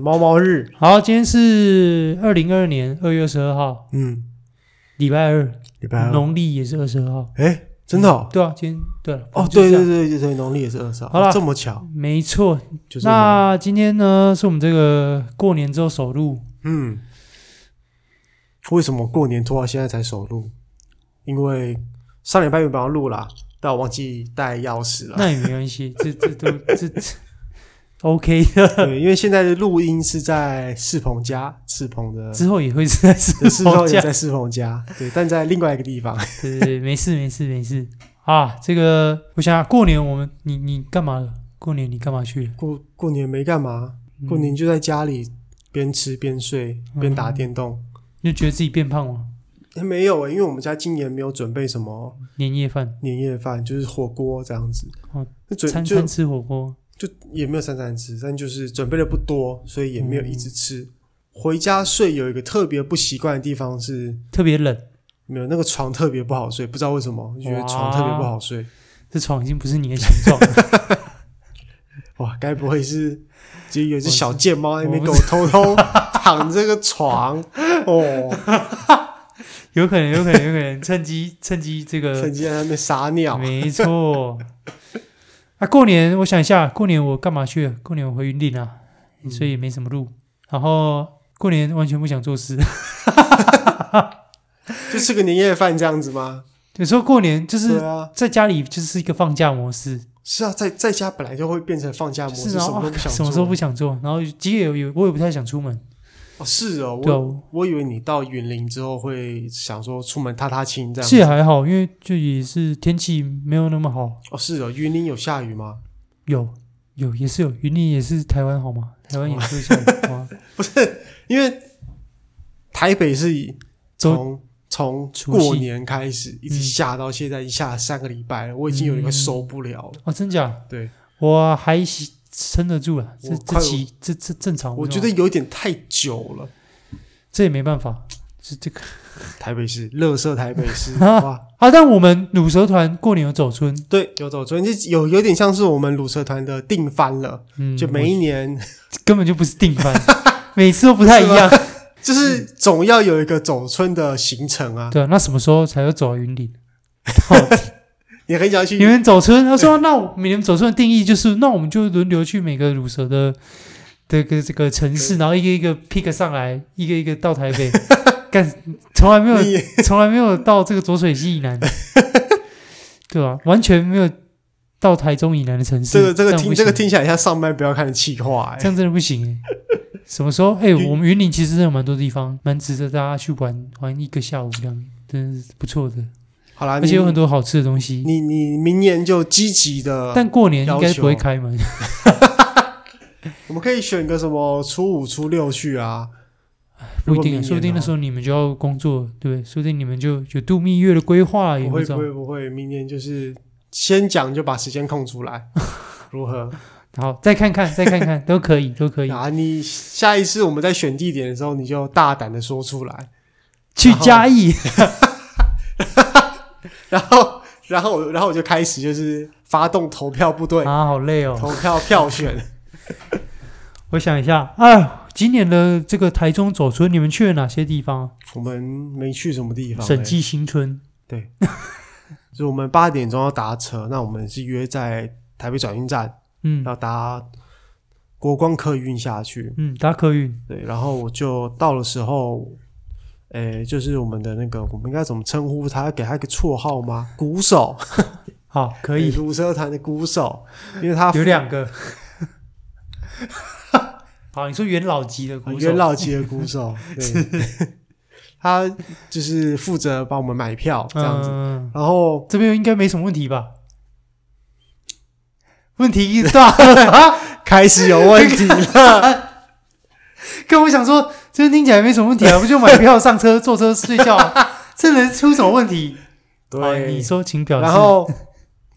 猫猫日，好，今天是二零二二年二月二十二号，嗯，礼拜二，礼拜二，农历也是二十二号。哎，真的哦，对啊，今天对了哦，就对是这样对对对对，农历也是二十号，好啦哦这么巧，没错。就是那今天呢，是我们这个过年之后首 录，嗯，为什么过年拖到现在才首录？因为上礼拜原本要录啦，但我忘记带钥匙了。那也没关系，这这都这这 OK 的，对，因为现在的录音是在世鹏家，世鹏的之后也会是在世鹏也家。在世鹏家，对，但在另外一个地方。对对对，没事没事没事啊。这个我想想，过年我们你你干嘛了？过年你干嘛去了？过过年没干嘛，嗯过年就在家里边吃边睡边嗯打电动。你就觉得自己变胖了？诶没有、欸，因为我们家今年没有准备什么年夜饭年夜饭，就是火锅这样子哦。那准餐就餐吃火锅，就也没有三餐吃，但就是准备的不多，所以也没有一直嗯吃。回家睡有一个特别不习惯的地方是，特别冷，没有那个床特别不好睡，不知道为什么，就觉得床特别不好睡。这床已经不是你的形状了。哇，该不会 是就有一只我小贱猫在那边我给不我偷偷躺这个床 哦，有可能，有可能，有可能，趁机趁机这个趁，机在那边撒尿。没错。啊，过年我想一下，过年我干嘛去了？过年我回云林啊，嗯所以也没什么路。然后过年完全不想做事。 就吃个年夜饭这样子吗？有时候过年就是对啊，在家里就是一个放假模式，是啊，在在家本来就会变成放假模式，是什啊，么都啊不想做。什么时候不想做？然后其实也有有我也不太想出门，哦，是哦，对啊我我以为你到云林之后会想说出门踏踏青这样是啊子。也还好，因为就也是天气没有那么好，哦，是哦，云林有下雨吗？有有也是有，云林也是台湾好吗？台湾也是会下雨好吗？因为台北是以周从从除夕过年开始一直嗯下到现在，已经下了三个礼拜了，我已经有点快嗯受不了了。哦，真假？对，我还喜撑得住了，这我这快期这这正常，我是觉吧得有点太久了。这也没办法，是这个台北市，乐色台北 市，哇，啊。但我们乳蛇团过年有走村，对，有走昨天就有有点像是我们鲁蛇团的定番了，嗯，就我每一年根本就不是定番， 每次都不太一样。就是总要有一个走村的行程啊，对啊，那什么时候才会走到 云林？也很想你去。们走村，他说那我每年走村的定义就是，那我们就轮流去每个乳蛇的这个这个城市，然后一个一个 pick 上来，一个一个到台北， 干从来没有你 从来没有到这个浊水溪以 南，对吧、完全没有到台中以南的城市。这个这个样不听这个行听起来像上班不要看的气话这哎，样真的不行、欸。什么 时候？哎、云我们云林其实真的有蛮多地方，蛮值得大家去玩玩一个下午，这样真的是不错的，好啦，而且有啊很你多好吃的东西。你你明年就积极的，但过年应要该不会求啊开门。我们可以选个什么初五初六去啊，如不一定啊，果明年说不定那的话时候你们就要工作，对不对？说不定你们就有度蜜月的规划，也不会不知道。会不会，明年就是先讲就把时间空出 来，如何好，再看看，再看看，都可以，都 可以。啊？你下一次我们在选地点的时候，你就大胆的说出来，去嘉义，然后然后我然后我就开始就是发动投票部队，啊，好累哦。投票票选。我想一下，啊，今年的这个台中走村，你们去了哪些地方啊？我们没去什么地方、欸，审计新村，就是我们八点钟要搭车，那我们是约在台北转运站，嗯要搭国光客运下去。嗯，搭客运，对，然后我就到的时候，诶、就是我们的那个，我们应该怎么称呼他？给他一个绰号吗？鼓手，好，可以，鲁车团的鼓手，因为他有两个。 好，你说元老级的鼓手，元老级的鼓 手，对，他就是负责帮我们买票这样子。嗯然后这边应该没什么问题吧？问题大 了。开始有问题了，跟我想说，这听起来没什么问题啊，不就买票、上车、坐车、睡觉、 啊，这能出什么问题？好对，你说请表示。然后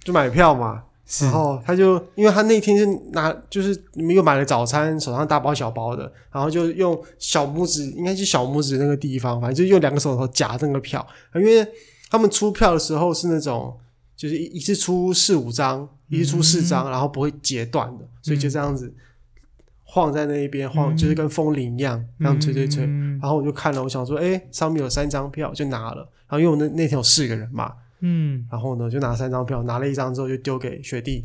就买票嘛， 是然后他就因为他那天是拿就是又买了早餐，手上大包小包的，然后就用小拇指，应该是小拇指那个地方，反正就用两个手头夹那个票，因为他们出票的时候是那种就是一一次嗯出四五张，一次出四张，然后不会截断的，所以就这样子。晃在那一边晃，就是跟风铃一样，那样吹吹吹。嗯然后我就看了，我想说，哎、上面有三张票，我就拿了。然后因为我那那天有四个人嘛，嗯，然后呢就拿三张票，拿了一张之后就丢给学弟，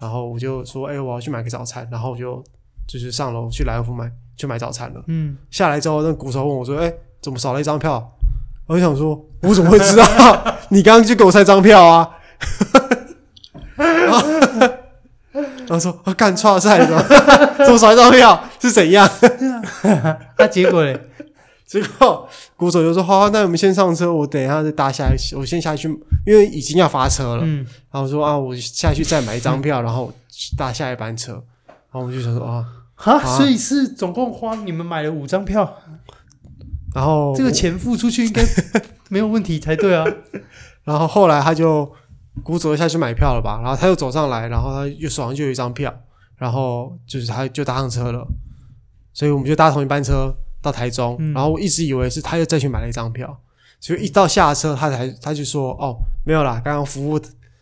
然后我就说，哎、我要去买个早餐，然后我就就是上楼去莱尔夫买去买早餐了。嗯，下来之后，那鼓手问我说，哎、怎么少了一张票？ 我就想说，我怎么会知道？你刚刚就给我三张票啊！ 然后说：“啊，干错赛了， 怎么少一张票？是怎样？” 那、啊结果嘞，结果鼓手就说：“好、啊，那我们先上车，我等一下再搭下去，我先下去，因为已经要发车了。 嗯，然后说：“啊，我下去再买一张 票，然后搭下一班车。”然后我们就想说：“啊，哈，啊所以是总共花你们买了五张票，然后这个钱付出去应该没有问题才对 啊。然后后来他就鼓手下去买票了吧，然后他又走上来，然后他又手上就有一张票，然后就是他就搭上车了，所以我们就搭同一班车到台中，嗯然后我一直以为是他又再去买了一张票，所以一到下车他才他就说哦没有啦，刚刚服务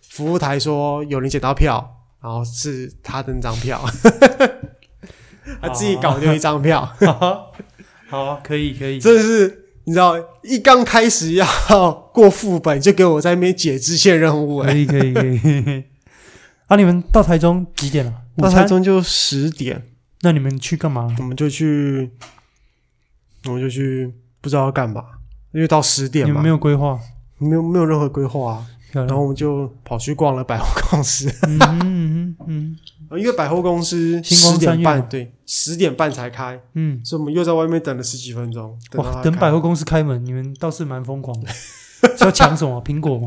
服务台说有人捡到票，然后是他的那张票，哦 他自己搞丢一张票。好啊，好啊，可以可以，真的是你知道，一刚开始要过副本就给我在那边解支线任务、可欸，以可以可 以。啊，你们到台中几点了？午到台餐？中就十点，那你们去干嘛？我们就去，我们就去不知道要干嘛，因为到十点你们嘛没，有规划？没有没有任何规划、啊，漂然亮。后我们就跑去逛了百货公司，嗯嗯嗯因为百货公司星光十三点月半嘛对十点半才开，嗯所以我们又在外面等了十几分钟，嗯，等到哇，它等开百货公司开门，你们倒是蛮疯狂的，是要抢 什么苹果吗？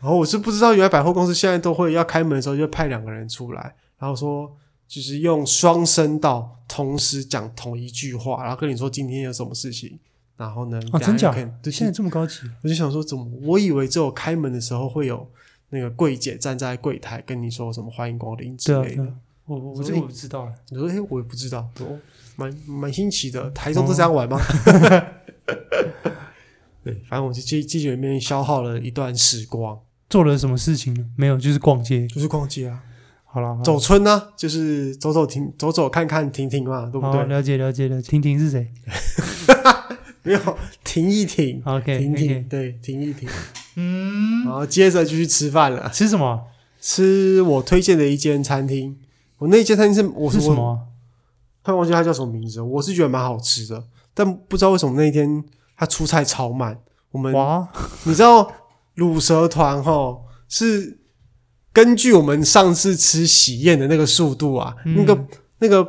然后我是不知道，原来百货公司现在都会要开门的时候就派两个人出来，然后说就是用双声道同时讲同一句话，然后跟你说今天有什么事情，然后呢，哦，真假两个人可以？对，现在这么高级？我就想说怎么，我以为只有开门的时候会有那个柜姐站在柜台跟你说什么欢迎光临之对啊类对的。啊，我我我所以这个我不知道啊。我说哎、诶我也不知道，我说哦蛮蛮新奇的，台中都这样玩 吗？对，反正我就继继续里面消耗了一段时光，做了什么事情呢？没有，就是逛街。就是逛街啊。好了，好啦走村呢，就是走走停走走看看停停嘛，对不好对？了解了解了解。婷婷是谁没有停一 停， ？OK 停 OK 停，。对，停一停。 嗯，然后接着就去吃饭了，啊吃什么？吃我推荐的一间餐厅。我那间餐厅是我是什我么啊？快忘记它叫什么名字了，我是觉得蛮好吃的，但不知道为什么那一天它出菜超慢。我们 哇，你知道卤蛇团哈是根据我们上次吃喜宴的那个速度啊，嗯那个那个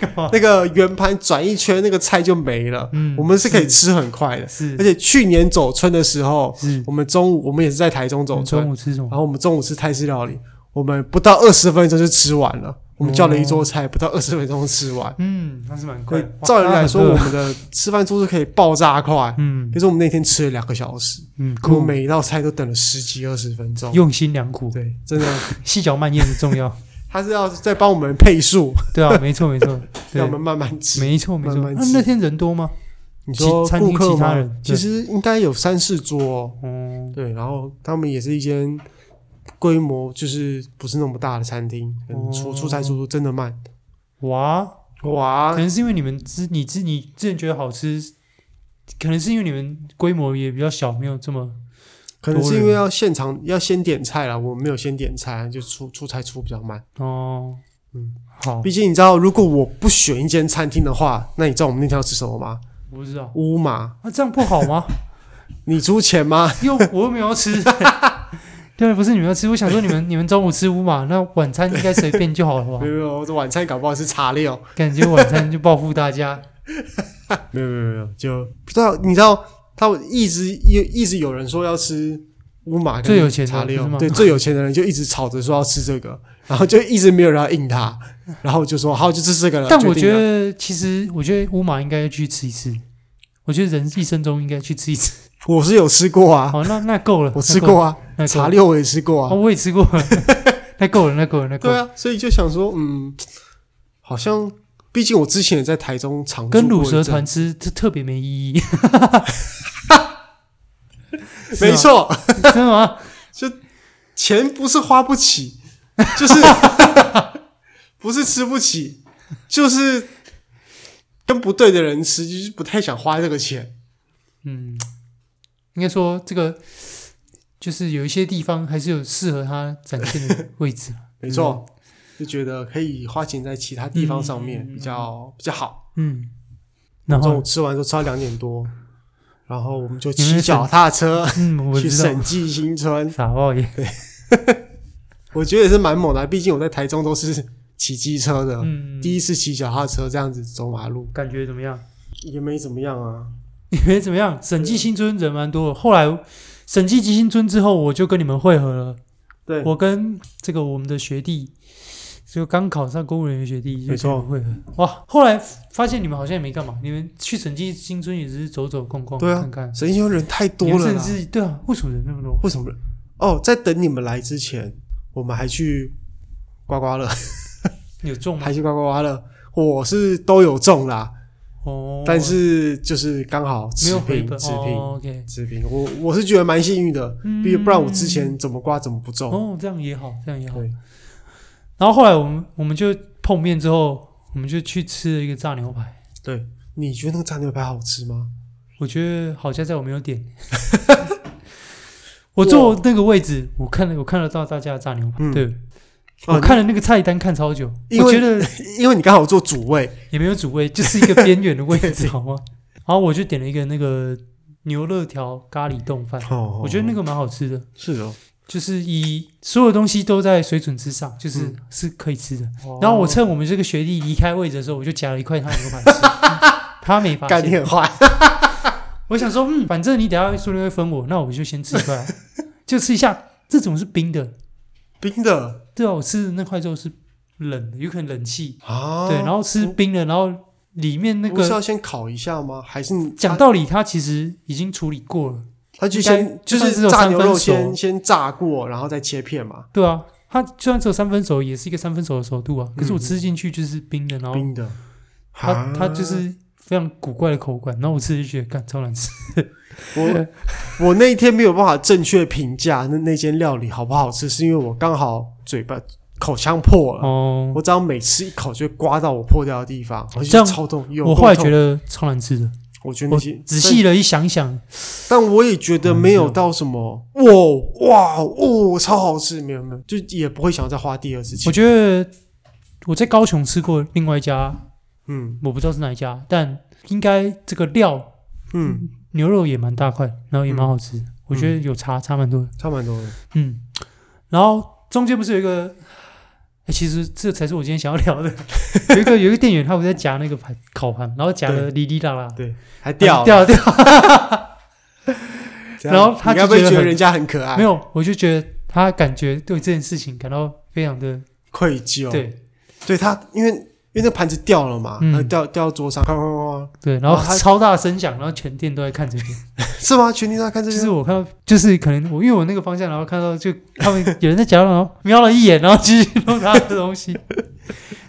干嘛？那个圆盘转一圈，那个菜就没了。嗯我们是可以吃很快的，是而且去年走春的时候，是。我们中午我们也是在台中走你春，嗯中午吃什么？然后我们中午吃泰式料理，我们不到二十分钟就吃完了。我们叫了一桌菜，不到二十分钟就吃完。嗯，那是蛮所贵以。照理哇来说，那很我们饿的吃饭速度可以爆炸快。嗯可是我们那天吃了两个小时，嗯，我们酷，每一道菜都等了十几二十分钟。用心良苦，对，真的，细嚼慢咽的重要。 他是要在帮我们配速，对啊，没错没错，对让我，们慢慢吃。没错没错。慢慢那吃那天人多吗？你其说餐顾厅客其他吗人其对实应该有三四桌、哦，嗯，对，然后他们也是一间规模就是不是那么大的餐厅，嗯，出出菜速度真的慢。哇，可哇，能是因为你们之你之你之前觉得好吃，可能是因为你们规模也比较小，没有这么可能是因为要现场要先点菜啦，我没有先点菜，就出出菜出比较慢。哦，嗯，好，毕竟你知道，如果我不选一间餐厅的话，那你知道我们那天要吃什么吗？我不知道。乌马，那、啊这样不好吗？ 你出钱吗？ 又我又没有要吃， 对，不是你们要吃，我想说你们你 们中午吃乌马，那晚餐应该随便就好了吧 没？有没有，我的晚餐搞不好是茶六。感觉晚餐就报复大家，没有没有没有，就不知道你知道，他一直一一直有人说要吃乌马跟最有钱的茶六不是，吗对最有钱的人就一直吵着说要吃这个，然后就一直没有人要应他，然后我就说好就吃这个了。但我决觉定啊了得，其实我觉得乌马应该去吃一次。我觉得人一生中应该去吃 一次。我是有吃过啊，好，那那够了，我吃那够了，过啊，那够茶了六我也吃过啊哦，，我也吃过了， 那够了，那够了，那够对了。啊，所以就想说，嗯，好像毕竟我之前也在台中常跟住卤过一蛇阵团吃特特别没意义， 是吗没，错，真的吗？ 就钱不是花不起，就是不是吃不起，就是跟不对的人吃，就是不太想花这个钱。嗯，应该说这个就是有一些地方还是有适合他展现的 位置。没错，就觉得可以花钱在其他地方上面、嗯比较比较好。嗯，然中午后吃完之后吃到两点多，然后我们就你骑们脚踏车嗯，我去知道审计新村，傻爆眼，我觉得也是蛮猛的啊。毕竟我在台中都是骑机车的，嗯，第一次骑脚踏车这样子走马路感觉怎么样？也没怎么样啊。你们怎么样？审计新村人蛮多的。后来审计新村之后，我就跟你们会合了。对，我跟这个我们的学弟，就刚考上公务人员学弟，没错就跟你们会合。哇，后来发现你们好像也没干嘛，你们去审计新村也只是走走逛逛，对啊看看。神仙人太你多们了甚啦，至对啊，为什么人那么多？为什么人？哦，在等你们来之前，我们还去刮刮乐，嗯有中吗还？去刮刮乐。我是都有中啦，哦，但是就是刚好没持有回平，本。持哦平， OK，持平。我我是觉得蛮幸运的，嗯毕不然我之前怎么刮怎么不中。哦，这样也好，这样也好。对，然后后来我们我们就碰面之后，我们就去吃了一个炸牛排。对，你觉得那个炸牛排好吃吗？我觉得好佳在我没 有点，我坐那个位置，我看了我看得到大家的炸牛排，嗯对哦我看了那个菜单看超久，因为我觉得 因为你刚好做主位，也没有主位，就是一个边缘的位 置，好吗？然后我就点了一个那个牛肋条咖喱冻饭，哦我觉得那个个蛮好吃的，是哦的。就是以所有东西都在水准之上，就是、嗯是可以吃的。然哦后我趁我们这个学弟离开位置的时候，我就夹了一块他的牛排吃， 他没发概现。念 化，我想说，嗯，反正你等一下说不定会分我，那我就先吃一 块啊，就吃一下。这种是冰的，冰的对啊，我吃的那块肉是冷的，有可能冷气，啊，对，然后吃冰的，然后里面那不是个要先烤一下吗？还是你讲道理，它其实已经处理过了，他就应该先就就算只有是炸三牛分肉熟先先炸过，然后再切片嘛，对啊，它就算只有三分熟，也是一个三分熟的熟度啊。可是我嗯吃进去就是冰的，然后冰的。它啊它哦就是非常古怪的口感，然后我吃就觉得干超难吃，我，我那一天没有办法正确评价那那间料理好不好吃，是因为我刚好嘴巴口腔破了，哦，我只要每吃一口就刮到我破掉的地方，我就这样超痛。有我够后来痛觉，得超难吃的，我觉得那我些仔细嗯了一想想，但，但我也觉得没有到什么哇哇哦超好吃，没有没有，就也不会想再花第二次钱。我觉得我在高雄吃过另外一家，嗯我不知道是哪一家，但应该这个料嗯，牛肉也蛮大块，然后也蛮好吃，我觉得有差差蛮多的。差蛮多的。嗯，然后中间不是有一个，哎，其实这才是我今天想要聊的。有一个有一个店员，他不是在夹那个盘烤盘，然后夹的哩哩啦啦，对，还掉了，掉掉，这样然后他你就该不会觉得觉得很人家很可爱？没有，我就觉得他感觉对这件事情感到非常的愧疚，对对他，因为因为那盘子掉了嘛，嗯然后掉掉到桌上，哐哐哐对，然然后后哦他超大声响，然后全店都在看这边。哐， 是啊吗？全天都在看这就个，是我看到，就是可能我因为我那个方向，然后看到就他们有人在夹，然后瞄了一眼，然后继续弄他的 东西。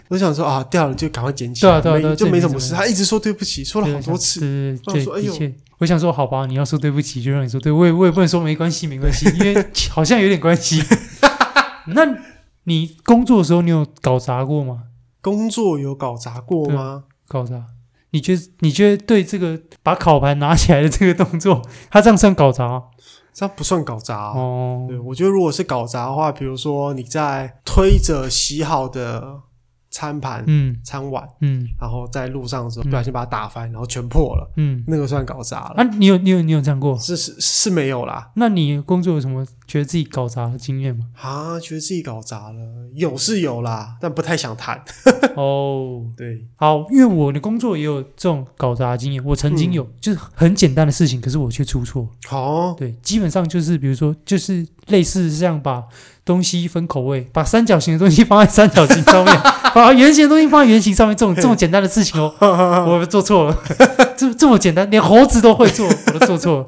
我想说啊，掉了就赶快捡起对来，啊对啊没对啊就这没没什什么么事。他一直说对不起，说了好多次，对我想对说对，哎的呦确，我想说好吧，你要说对不起就让你说对，我也我也不能说没关系没关系，因为好像有点关 系。那你工作的时候你有搞砸过吗？工作有搞砸过吗？搞砸？你觉得你觉得对这个把烤盘拿起来的这个动作，他这样算搞啊砸吗？这样不算搞砸哦。哦，对，我觉得如果是搞砸的话，比如说你在推着洗好的餐盘、嗯餐碗，嗯然后在路上的时候嗯不小心把它打翻，然后全破了，嗯，那个算搞砸了。啊，你有你有你有这样过？是是是没有啦，那你工作有什么觉得自己搞砸的经验吗？啊，觉得自己搞砸了，有是有啦，但不太想谈。哦，对，好，因为我的工作也有这种搞砸的经验，我曾经有，就是很简单的事情，可是我却出错。好、 哦，对，基本上就是比如说，就是类似这样把东西分口味，把三角形的东西放在三角形上面，把圆形的东西放在圆形上面，这种这种简单的事情哦， 我做错了， 这这么简单，连猴子都会做，我都做错了。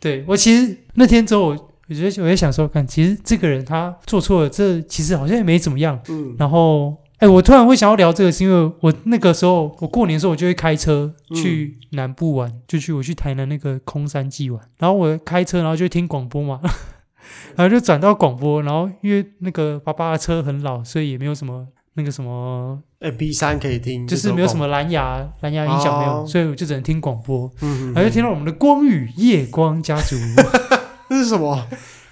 对我其实那天之后，我我觉得我也想说，看，其实这个人他做错了，这其实好像也没怎么样。嗯，然后，哎，我突然会想要聊这个，是因为我那个时候，我过年的时候，我就会开车去南部玩，就去我去台南那个空山祭玩。然后我开车，然后就听广播嘛， 然后就转到广播，然后因为那个爸爸的车很老，所以也没有什么。那个什么，哎，B 三可以听，就是没有什么，么蓝牙蓝牙音响没有，哦所以我就只能听广播，嗯，嗯然后就听到我们的光宇夜光家族， 这是什么？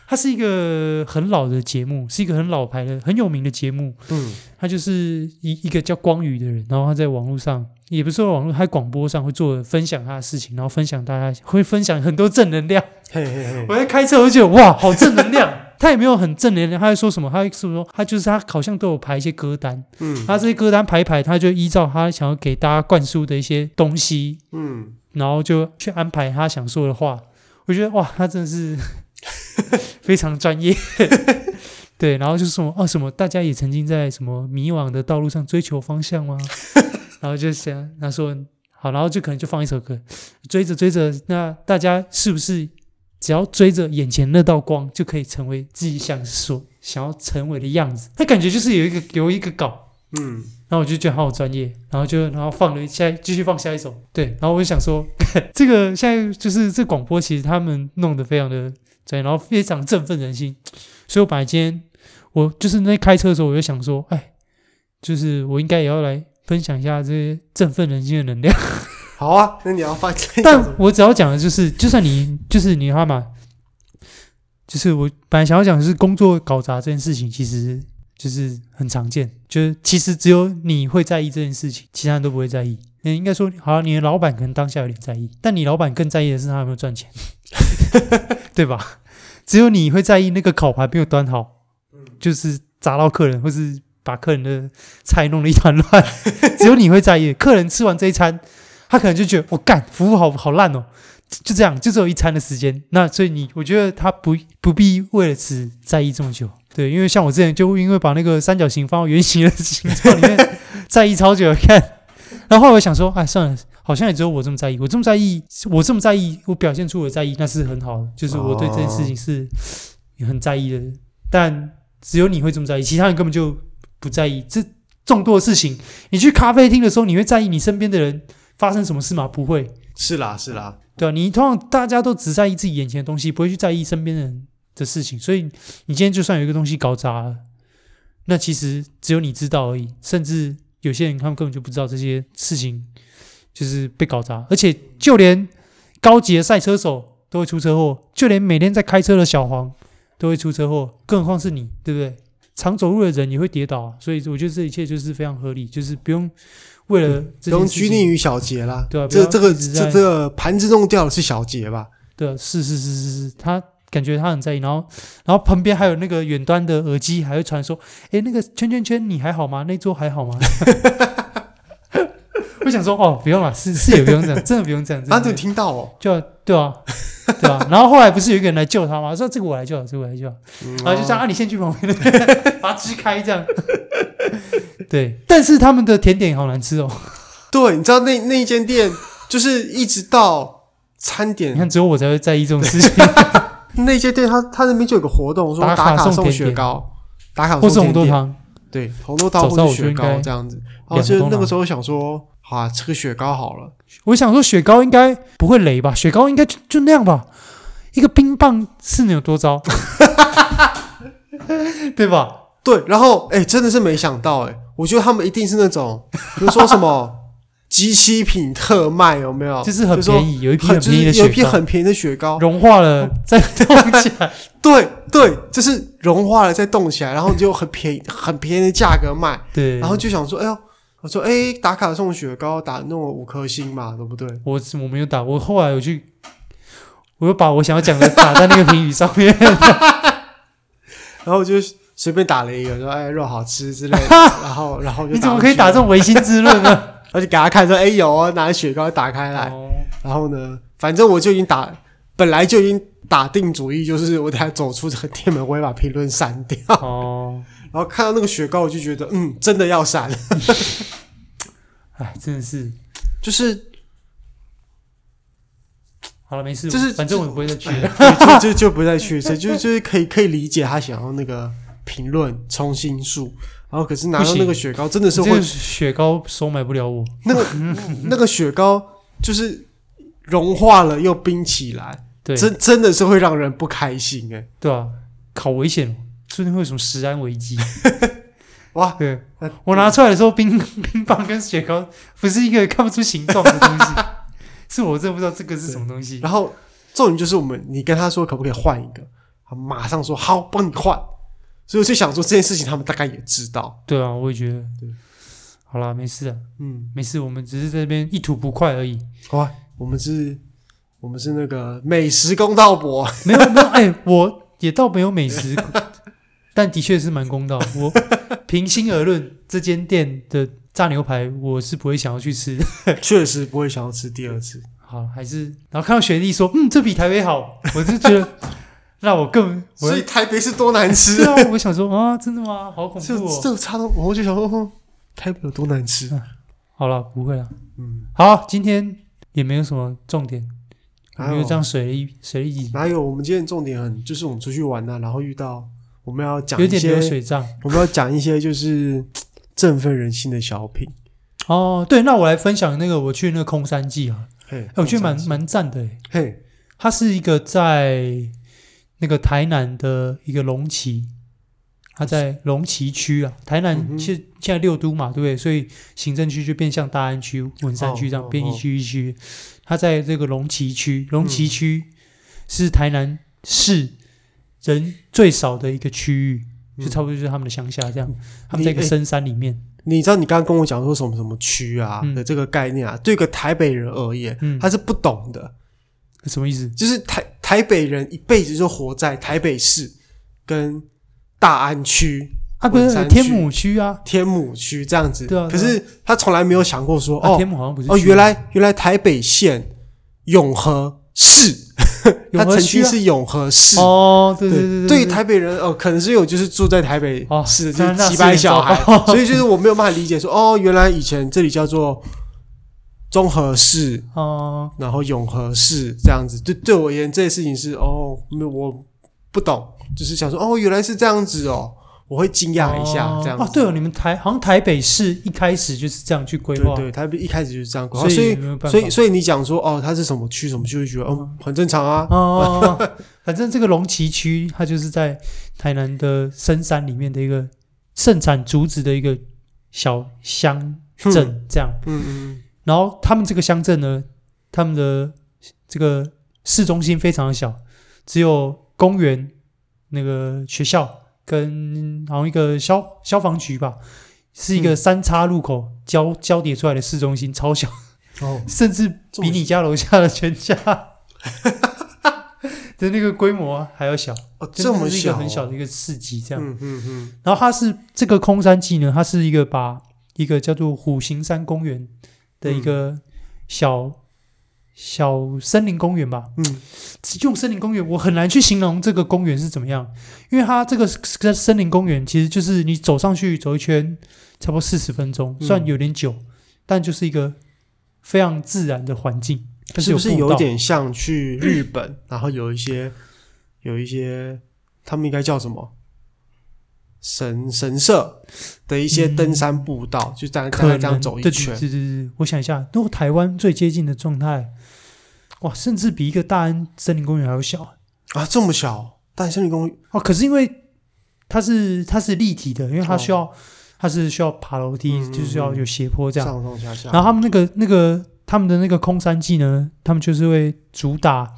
它是一个很老的节目，是一个很老牌的很有名的节目，嗯他就是一一个叫光宇的人，然后他在网络上，也不是说网络，他在广播上会做分享他的事情，然后分享大家会分享很多正能量。嘿嘿嘿，我在开车，我就觉得哇，好正能量。 他也没有很正能量，他在说什么？他是说他就是他好像都有排一些歌单，嗯他这些歌单排一排，他就依照他想要给大家灌输的一些东西，嗯，然后就去安排他想说的话。我觉得哇，他真的是非常专业。 对，然后就是什么哦，什么大家也曾经在什么迷惘的道路上追求方向吗？然后就想他说好，然后就可能就放一首歌，追着追着，那大家是不是只要追着眼前那道光，就可以成为自己想所想要成为的样子？他感觉就是有一个有一个稿，嗯，然后我就觉得他好专业，然后就然后放了下继续放下一首，对，然后我就想说， 这个现在就是这广播其实他们弄得非常的专业，然后非常振奋人心，所以我本来今天我就是那开车的时候，我就想说，哎，就是我应该也要来分享一下这些振奋人心的能量，好啊，那你要放， 但我只要讲的就是，就算你就是你他嘛，就是我本来想要讲的是工作搞砸这件事情，其实就是很常见，就是其实只有你会在意这件事情，其他人都不会在意。嗯，应该说，好像你的老板可能当下有点在意，但你老板更在意的是他有没有赚钱， 对吧？只有你会在意那个烤盘没有端好，就是砸到客人，或是把客人的菜弄得一团乱。只有你会在意，客人吃完这一餐，他可能就觉得我干、服务好好烂哦，就就这样，就只有一餐的时间。那所以你，我觉得他不不必为了此在意这么久。对，因为像我之前就因为把那个三角形放到圆形的形状里面，在意超久看，然后后来我想说，哎，算了，好像也只有我这么在意，我这么在意，我这么在意，我表现出我在意，那是很好的，就是我对这件事情是很在意的。但只有你会这么在意，其他人根本就不在意。这众多的事情，你去咖啡厅的时候，你会在意你身边的人发生什么事吗？不会，是啦是啦，对啊，你通常大家都只在意自己眼前的东西，不会去在意身边的人的事情。所以你今天就算有一个东西搞砸了，那其实只有你知道而已。甚至有些人他们根本就不知道这些事情就是被搞砸，而且就连高级的赛车手都会出车祸，就连每天在开车的小黄都会出车祸，更何况是你，对不对？常走路的人也会跌倒啊、所以我觉得这一切就是非常合理，就是不用为了不这用件事拘情泥于小节啦。对啊不这要这个一直这在这个盘子弄掉的是小节吧？对啊，是是是是是，他感觉他很在意，然后然后旁边还有那个远端的耳机还会传说，诶，那个圈圈圈你还好吗？那桌还好吗？ 我想说哦，不用了，是是也不用这样，真的不用这样，真的啊，不就用听到哦，就对啊，对啊。然后后来不是有一个人来救他吗？说这个我来救，这个我来救，嗯然后就这样，啊，你先去旁边的，把它支开这样。 对，但是他们的甜点好难吃哦。对，你知道那那一间店就是一直到餐你点，看，只有我才会在意这种事情，那间店它它那边就有个活动，说打卡打卡送送甜雪点糕，打卡送或是红甜豆点。汤。对，红豆汤早知道或我是就雪应糕该这样子。然后两个就都那个拿时候想说，好啊，吃个雪糕好了。我想说雪糕应该不会雷吧？雪糕应该就就那样吧？一个冰棒是能有多糟？ 对吧？对，然后哎、真的是没想到哎、我觉得他们一定是那种，比如说什 么机器品特卖有没有？就是很说便宜，有一批很很就便宜是的有一批雪糕，很便宜的雪糕，融化了再冻起 来。对对，就是融化了再冻起来，然后你就很便宜很便宜的价格卖，对，然后就想说，哎呦，我说哎、打卡送雪糕，打弄了五颗星嘛，对不对？我我没有打，我后来我去，我又把我想要讲的打在那个评语上面。 然后我就随便打了一个，说哎肉好吃之 类的，然后然后我就你怎么回可以去打这种违心之论 呢？然后就给他看说，哎、有哦，拿雪糕打开来，哦然后呢，反正我就已经打，本来就已经打定主意，就是我等下走出这个店门，我会把评论删掉。 哦，然后看到那个雪糕，我就觉得，嗯，真的要删，哎，真的是 就是好了，没事，就是反正我也不会再去了。就就就不再去，这就就是可以可以理解他想要那个评论冲心术，然后可是拿到那个雪糕，真的是这会个雪糕收买不了我。那个那个雪糕就是融化了又冰起来，对，真真的是会让人不开心哎、对啊，好危险，哦，说不定会有什么食安危机。 哇，对那，我拿出来的时候，冰冰棒跟雪糕不是一个看不出形状的 东西，是我真的不知道这个是什么东西。然后重点就是我们，你跟他说可不可以换一个，他马上说好，帮你换。所以我就想说这件事情，他们大概也知道。对啊，我也觉得对。好啦，没事啊，嗯，没事，我们只是在这边一吐不快而已。好啊，我们是，我们是那个美食公道博，没有没有，哎、我也倒没有美食， 但的确是蛮公道。我平心而论，这间店的炸牛排我是不会想要去吃的。确实不会想要吃第二次。好，还是然后看到学弟说，嗯，这比台北好，我就 觉得让我更我所以台北是多难吃对 啊，我想说啊，真的吗？好恐这怖哦！这个差都，我就想说，哦台北有多难吃？好了，不会了。嗯，好，今天也没有什么重点，我哪们就这有样水一水一集，哪有？我们今天重点很就是我们出去玩呐、啊然后遇到我们要讲有一点些流，水账。我们要讲一些就是振奋人心的小品。哦，对，那我来分享那个我去那个空山记啊，嘿哎，我觉得蛮蛮赞的欸诶，嘿，它是一个在那个台南的一个龙崎，它在龙崎区啊，台嗯南哼现现在六都嘛，对不对？所以行政区就变像大安区、文山区这哦样哦变哦一区一区，它在这个龙崎区，龙崎嗯区是台南市人最少的一个区域。嗯就差不多就是他们的乡下这样，他们在一个你哎深山里面，你知道你刚刚跟我讲说什么什么区啊嗯的这个概念啊，对个台北人而言，嗯他是不懂的。哎什么意思？就是台台北人一辈子就活在台北市跟大安区、啊，不文是山天区母区啊，天母区这样子。对啊对啊可是他从来没有想过说，啊，哦天母好像不是哦，区原来原来台北县永和市，他永和曾区经啊是永和市。哦，对对对对于台北人哦，可能是有就是住在台北哦市那的那就是几百是小孩很糟，糕所以就是我没有办法理解说，哦，原来以前这里叫做中和市，哦，然后永和市这样子，对对我而言这些事情是哦，没有我不懂，就是想说哦，原来是这样子哦，我会惊讶一下、哦这样子。哦，对哦，你们台好像台北市一开始就是这样去规划对，对，台北一开始就是这样规划，所所以以没有办法所以所以你讲说哦，它是什么区什么区，就觉得哦很正常啊。哦， 反正这个龙崎区它就是在台南的深山里面的一个盛产竹子的一个小乡镇这样。嗯嗯然后他们这个乡镇呢，他们的这个市中心非常的小，只有公园、那个学校跟好像一个消消防局吧，是一个嗯三岔路口交交叠出来的市中心，超小，嗯，哦，甚至这么比你家楼下的 全家的那个规模还要小，哦真这的么是一个小，很小的一个市集这样。嗯嗯嗯，然后它是这个空山记呢，它是一个把一个叫做虎形山公园的一嗯个小、小森林公园吧。嗯，用森林公园我很难去形容这个公园是怎么样，因为它这个森森林公园其实就是你走上去走一圈，差不多四十分钟，嗯虽然有点久，但就是一个非常自然的环境。但是有不是步有道点像去日 本，然后有一些有一些他们应该叫什么神神社的一些登山步道，就大概大嗯可概能这样走一对圈，对对对对，我想一下，如果台湾最接近的状态，哇，甚至比一个大安森林公园还要小啊啊，这么小，大森林公园哦。可是因为它是它是立体的，因为它需要、它是需要爬楼梯，嗯嗯就是要有斜坡这样。上上下下，然后他们那个那个他们的那个空山记呢，他们就是会主打，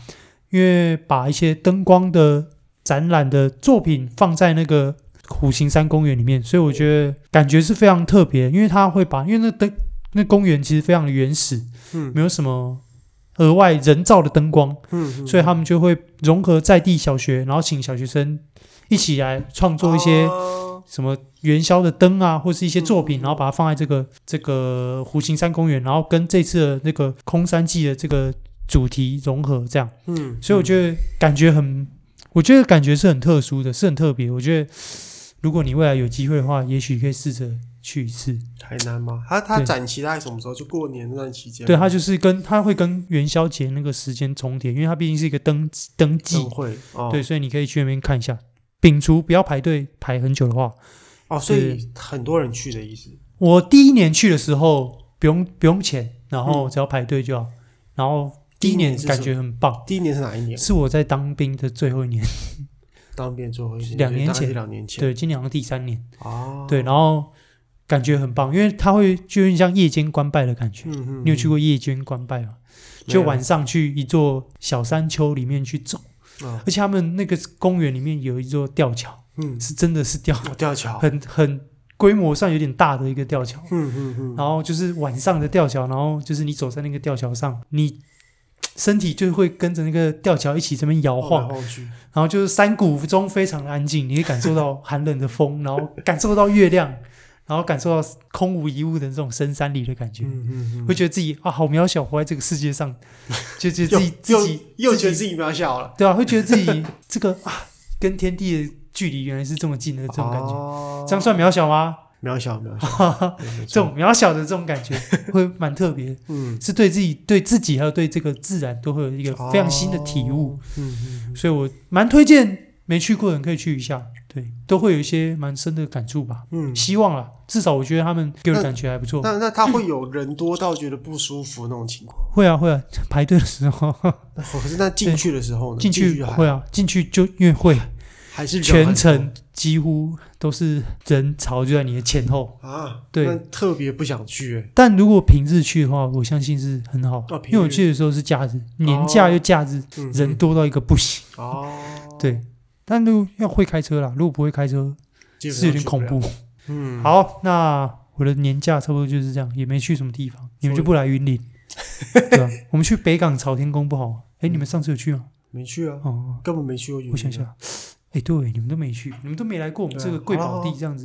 因为把一些灯光的展览的作品放在那个虎形山公园里面，所以我觉得感觉是非常特别，因为他会把因为那灯那公园其实非常的原始，嗯没有什么额外人造的灯光，嗯，所以他们就会融合在地小学，然后请小学生一起来创作一些哦什么元宵的灯啊，或是一些作嗯品，然后把它放在这个这个湖形山公园，然后跟这次的那个空山记的这个主题融合，这样，嗯，所以我得觉得感觉很，我觉得感觉是很特殊的，是很特别。我觉得如果你未来有机会的话，也许可以试着去一次。台南嗯吗？他他对展期大概什么时候？就过年那段期间吗，对，它就是跟它会跟元宵节那个时间重叠，因为它毕竟是一个灯灯记灯，会哦，对，所以你可以去那边看一下。摒除不要排队排很久的话，哦，所以很多人去的意思，我第一年去的时候不用不用钱，然嗯后只要排队就好。然后第一第一年年是感觉很棒，第一年是哪一年？是我在当兵的最后一年，当兵最后一两年大概是前两年前，对，今年好像第三年，哦，对，然后感觉很棒，因为它会就有点像夜间官拜的感觉。嗯，嗯嗯，你有去过夜间官拜吗？就没有晚上去一座小山丘里面去走，哦而且他们那个公园里面有一座吊桥，嗯，是真的是吊，哦吊桥，很很规模上有点大的一个吊桥。嗯嗯嗯，然后就是晚上的吊桥，然后就是你走在那个吊桥上，你身体就会跟着那个吊桥一起这边摇晃晃来，晃去，然后就是山谷中非常的安静，你可以感受到寒冷的风，然后感受到月亮，然后感受到空无一物的这种深山里的感觉，嗯嗯嗯，会觉得自己啊好渺小，活在这个世 界上，就觉得又自己自己又又觉得己自己哦渺小了，对啊，会觉得自己这个啊跟天地的距离原来是这么近的这种感觉，觉这样算渺小吗？渺小渺小，对没错这种渺小的这种感觉会蛮特别的，嗯是对自己、对自己还有对这个自然都会有一个非常新的体悟，哦，嗯嗯嗯，所以我蛮推荐没去过的人可以去一下，对，都会有一些蛮深的感触吧。嗯，希望啦，至少我觉得他们给我的那感觉还不错。那那他会有人多到觉得不舒服那种情况，会啊会啊，排队的 时候可是那进去的时候呢？进去还会啊，进去就因为会，还是人全很程几乎都是人潮就在你的前后。多啊，对那特别不想去欸，但如果平日去的话，我相信是很好，哦平日哦因为我去的时候是假日，年假又假日，嗯人多到一个不行。哦，对，但如果要会开车啦，如果不会开车基本是上有去点不恐了，怖。嗯，好，那我的年假差不多就是这样，也没去什么地方，你们就不来 云林，对啊，我们去北港朝天宫不好吗？哎，你们上次有去吗？没去啊，哦，根本嗯没去过云林啊我想，想，哎，对，你们都没去，你们都没来过我们这对个啊贵宝好地啦这样子，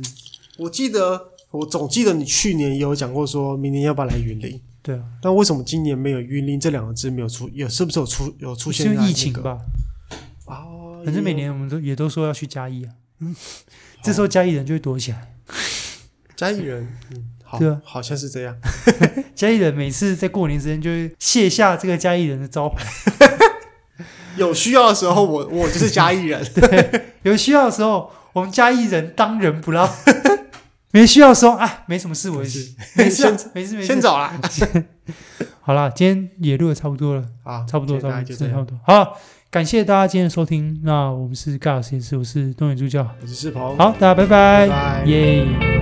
我记得我总记得你去年也有讲过，说明年要不要来云林。对啊，但为什么今年没有云林这两个字没有出？有是不是有出有出现是因为疫在情那个？吧？哦，反正每年我们都也都说要去嘉义啊，嗯，这时候嘉义人就会躲起来，嘉义人，嗯，好，对啊好像是这样。嘉义人每次在过年之前就会卸下这个嘉义人的招牌，有需要的时候我，我就是嘉义人。有需要的时候我们嘉义人当仁不让， 没需要的时候哎没什么事我也是， 没事啊没事没 事先走啦。好啦，今天也录的差不多了，啊， 差不多，今天大差概不就这多，真的差样。不多。好，感谢大家今天的收听。那我们是尬实验室，我是东野助教。我是世鹏，好，大家拜拜拜，拜。耶。